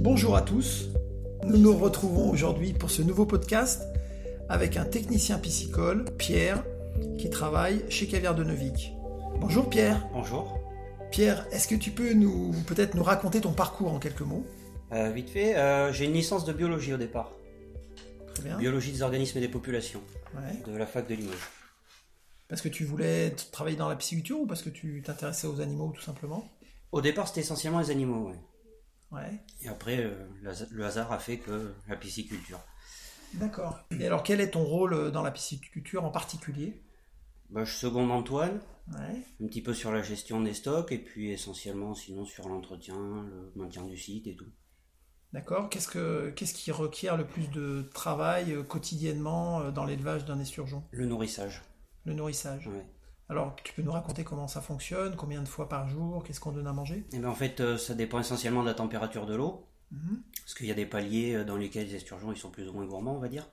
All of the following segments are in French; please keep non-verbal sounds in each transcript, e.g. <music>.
Bonjour à tous, nous nous retrouvons aujourd'hui pour ce nouveau podcast avec un technicien piscicole, Pierre, qui travaille chez Caviar de Neuvik. Bonjour Pierre. Bonjour. Pierre, est-ce que tu peux nous peut-être nous raconter ton parcours en quelques mots Euh, vite fait, euh, j'ai une licence de biologie au départ. Très bien. Biologie des organismes et des populations, Ouais. de la fac de Limoges. Parce que tu voulais t- travailler dans la pisciculture ou parce que tu t'intéressais aux animaux tout simplement Au départ, c'était essentiellement les animaux, ouais. Ouais. Et après, euh, le hasa- le hasard a fait que la pisciculture. D'accord. Et alors quel est ton rôle euh, dans la pisciculture en particulier Bah, je seconde Antoine, Ouais. un petit peu sur la gestion des stocks, et puis essentiellement, sinon, sur l'entretien, le maintien du site et tout. D'accord. Qu'est-ce que qu'est-ce qui requiert le plus de travail euh, quotidiennement euh, dans l'élevage d'un esturgeon Le nourrissage. Le nourrissage. ouais. Alors, tu peux nous raconter comment ça fonctionne, combien de fois par jour, qu'est-ce qu'on donne à manger Et ben, en fait, euh, ça dépend essentiellement de la température de l'eau, Mhm. parce qu'il y a des paliers euh, dans lesquels les esturgeons ils sont plus ou moins gourmands, on va dire.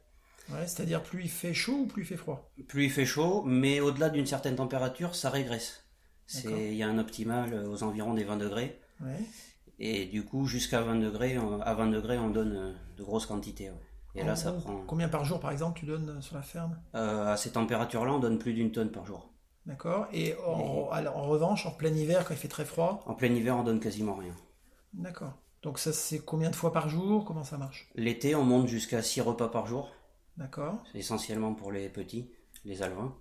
Ouais, C'est-à-dire, plus il fait chaud ou plus il fait froid Plus il fait chaud, mais au-delà d'une certaine température, ça régresse. C'est- D'accord. Il y a un optimal euh, aux environs des 20 degrés. Ouais. Et du coup, jusqu'à 20 degrés, on- à 20 degrés, on donne euh, de grosses quantités. ouais. Et là, ça En gros, prend. Combien par jour, par exemple, tu donnes euh, sur la ferme Euh, à ces températures-là, on donne plus d'une tonne par jour. D'accord. Et en, alors, en revanche, en plein hiver, quand il fait très froid En plein hiver, on donne quasiment rien. D'accord. Donc, ça, c'est combien de fois par jour Comment ça marche L'été, on monte jusqu'à 6 repas par jour, D'accord. C'est essentiellement pour les petits, les alevins.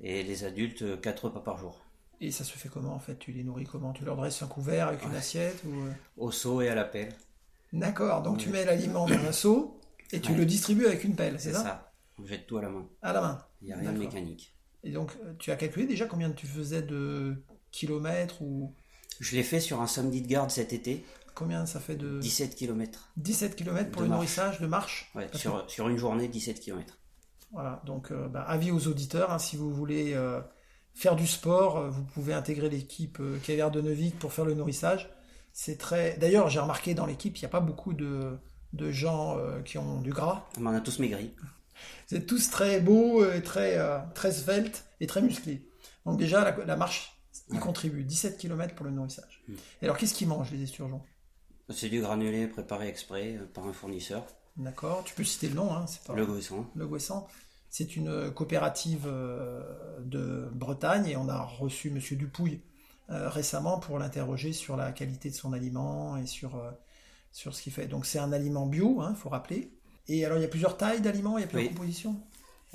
Et les adultes, 4 repas par jour. Et ça se fait comment, en fait Tu les nourris comment Tu leur dresses un couvert avec une Ouais. assiette ou... euh Au seau et à la pelle. D'accord. Donc, tu Ouais. mets l'aliment dans un seau et tu Ouais. le distribues avec une pelle, c'est C'est ça ça. On jette tout à la main. À la main. Il n'y a rien de D'accord. mécanique. Et donc, euh, tu as calculé déjà combien tu faisais de kilomètres ou Je l'ai fait sur un samedi de garde cet été. combien ça fait de 17 km. 17 km pour De le marche. nourrissage de marche Ouais, Parce sur, sur une journée, 17 km. Voilà, donc euh, bah, avis aux auditeurs, hein, si vous voulez euh, faire du sport, euh, vous pouvez intégrer l'équipe euh, Caviar de Neuvik pour faire le nourrissage. C'est très. D'ailleurs, j'ai remarqué dans l'équipe, il n'y a pas beaucoup de, de gens euh, qui ont du gras. On en a tous maigri. Vous êtes tous très beaux, euh, très, euh, très sveltes et très musclés. Donc déjà, la, la marche, il Ouais. contribue 17 km pour le nourrissage. Mm. Et alors, qu'est-ce qu'ils mangent, les esturgeons? C'est du granulé préparé exprès euh, par un fournisseur, D'accord, tu peux citer le nom, hein, c'est pas le Gossan. Le Gouessant. C'est une coopérative euh, de Bretagne et on a reçu Monsieur Dupouille euh, récemment pour l'interroger sur la qualité de son aliment et sur, euh, sur ce qu'il fait. Donc c'est un aliment bio, il faut rappeler. Et alors il y a plusieurs tailles d'aliments, il y a plusieurs Oui. compositions.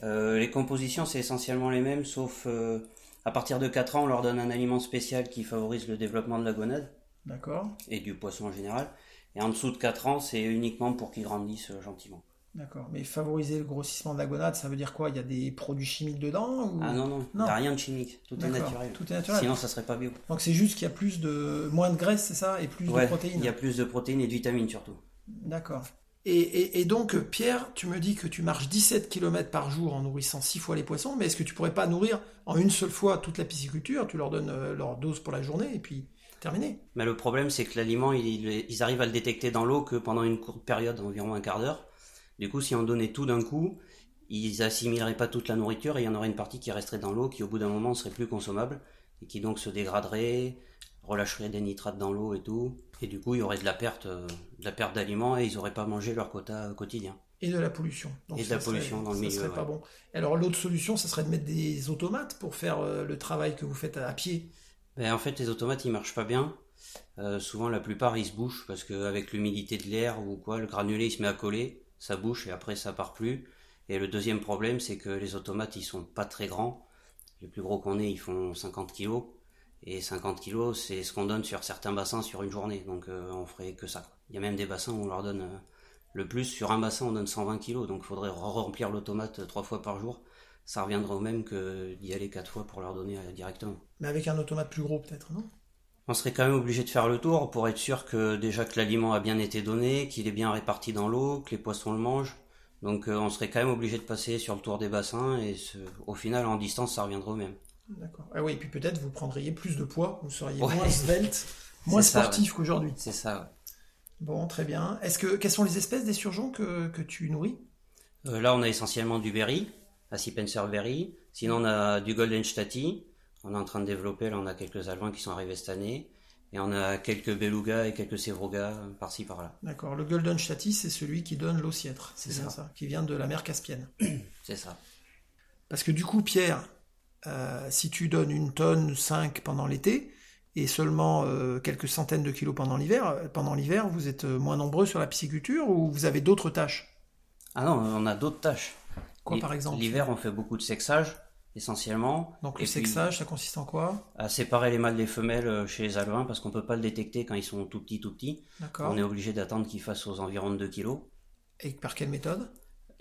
Euh, les compositions, c'est essentiellement les mêmes, sauf euh, à partir de 4 ans, on leur donne un aliment spécial qui favorise le développement de la gonade D'accord, et du poisson en général. Et en dessous de 4 ans, c'est uniquement pour qu'ils grandissent euh, gentiment. d'accord. Mais favoriser le grossissement de la gonade, ça veut dire quoi Il y a des produits chimiques dedans ou... Ah non, non, Non. t'as rien de chimique, tout est D'accord, naturel. Tout est naturel. Sinon, ça serait pas bio. Donc c'est juste qu'il y a plus de moins de graisse, c'est ça, et plus Ouais, de protéines. il y a plus de protéines et de vitamines surtout. D'accord. Et, et- et donc, euh, Pierre, tu me dis que tu marches 17 km par jour en nourrissant 6 fois les poissons, mais est-ce que tu pourrais pas nourrir en une seule fois toute la pisciculture? Tu leur donnes euh, leur dose pour la journée et puis terminé. Mais le problème, c'est que l'aliment, il- il- ils arrivent à le détecter dans l'eau que pendant une courte période, environ un quart d'heure. Du coup, si on donnait tout d'un coup, ils assimileraient pas toute la nourriture et il y en aurait une partie qui resterait dans l'eau, qui au bout d'un moment serait plus consommable et qui donc se dégraderait, relâcherait des nitrates dans l'eau et tout. Et du coup, il y aurait de la perte, euh, de la perte d'aliments et ils auraient pas mangé leur quota euh, quotidien. Et de la pollution. Donc Et de ça la serait- pollution dans le ça milieu, serait pas ouais. bon. Alors, l'autre solution, ça serait de mettre des automates pour faire euh, le travail que vous faites à à pied. Ben, en fait, les automates, ils marchent pas bien. Euh, souvent, la plupart, ils se bouchent parce qu'avec l'humidité de l'air ou quoi, le granulé, il se met à coller, ça bouche et après, ça part plus. Et le deuxième problème, c'est que les automates, ils sont pas très grands. Les plus gros qu'on ait, ils font 50 kilos. Et 50 kilos, c'est ce qu'on donne sur certains bassins sur une journée. Donc, euh, on ferait que ça. quoi. Il y a même des bassins où on leur donne euh, le plus. Sur un bassin, on donne 120 kilos. Donc, il faudrait remplir l'automate euh, trois fois par jour. Ça reviendrait au même que d'y aller quatre fois pour leur donner euh, directement. Mais avec un automate plus gros, peut-être, non? On serait quand même obligé de faire le tour pour être sûr que déjà que l'aliment a bien été donné, qu'il est bien réparti dans l'eau, que les poissons le mangent. Donc euh, on serait quand même obligé de passer sur le tour des bassins et ce- au final en distance ça reviendra au même. D'accord. Ah oui, et puis peut-être vous prendriez plus de poids, vous seriez Ouais. moins <laughs> svelte, moins C'est ça, sportif qu'aujourd'hui. C'est ça. Bon, très bien. Est-ce que, quelles sont les espèces d'esturgeons que, que tu nourris? ouais. Euh, là on a essentiellement du berry, Assipenser berry. Sinon on a du golden stati. On est en train de développer, là on a quelques alvins qui sont arrivés cette année. Et on a quelques belugas et quelques sévrogas euh, par-ci par-là. D'accord. Le Goldenstatis, c'est celui qui donne l'ossiètre. C'est C'est bien ça. ça. Qui vient de la mer Caspienne. C'est ça. Parce que du coup, Pierre, euh, si tu donnes une tonne 5 pendant l'été et seulement euh, quelques centaines de kilos pendant l'hiver, euh, pendant l'hiver, vous êtes euh, moins nombreux sur la pisciculture ou vous avez d'autres tâches Ah non, on a d'autres tâches. Quoi, L'hi- par exemple L'hiver, on fait beaucoup de sexage, essentiellement, Donc Et le puis- sexage, ça consiste en quoi à séparer les mâles des femelles euh, chez les alevins parce qu'on peut pas le détecter quand ils sont tout petits, tout petits. D'accord. On est obligé d'attendre qu'ils fassent aux environs de 2 kilos. Et par quelle méthode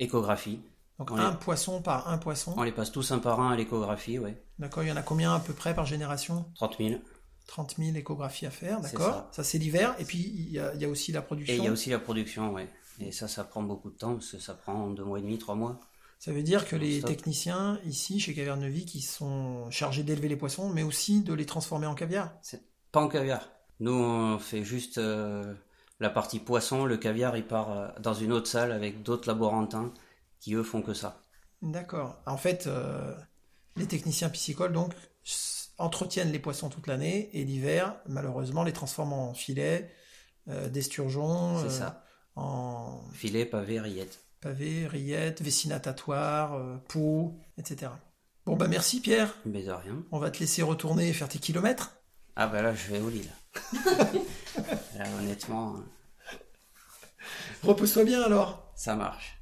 Échographie. Donc On un poisson par un poisson. On les passe tous un par un à l'échographie, ouais. D'accord. Il y en a combien à peu près par génération 30 000. 30 000 échographies à faire, C'est d'accord ça. Ça, c'est l'hiver. Et puis, il y, a, il y a aussi la Et il y production. a aussi la production, ouais. Et ça, ça prend beaucoup de temps parce que ça prend deux mois et demi, trois mois. Ça veut dire que Non, les stop. techniciens, ici, chez Cavernevic, ils sont chargés d'élever les poissons, mais aussi de les transformer en caviar. Pas en caviar. Nous, on fait juste euh, la partie poisson. Le caviar, il part euh, dans une autre salle avec d'autres laborantins qui, eux, font que ça. D'accord. En fait, euh, les techniciens piscicoles donc s- entretiennent les poissons toute l'année et l'hiver, malheureusement, les transforment en filets, euh, d'esturgeons, C'est euh, ça. en Filet, pavé, rillette. pavés, rillettes, vessines euh, natatoires, peaux, etc. Bon bah merci Pierre. Mais de rien. On va te laisser retourner et faire tes kilomètres. Ah bah là, je vais au lit, là. là honnêtement, Repose-toi bien alors. ça marche.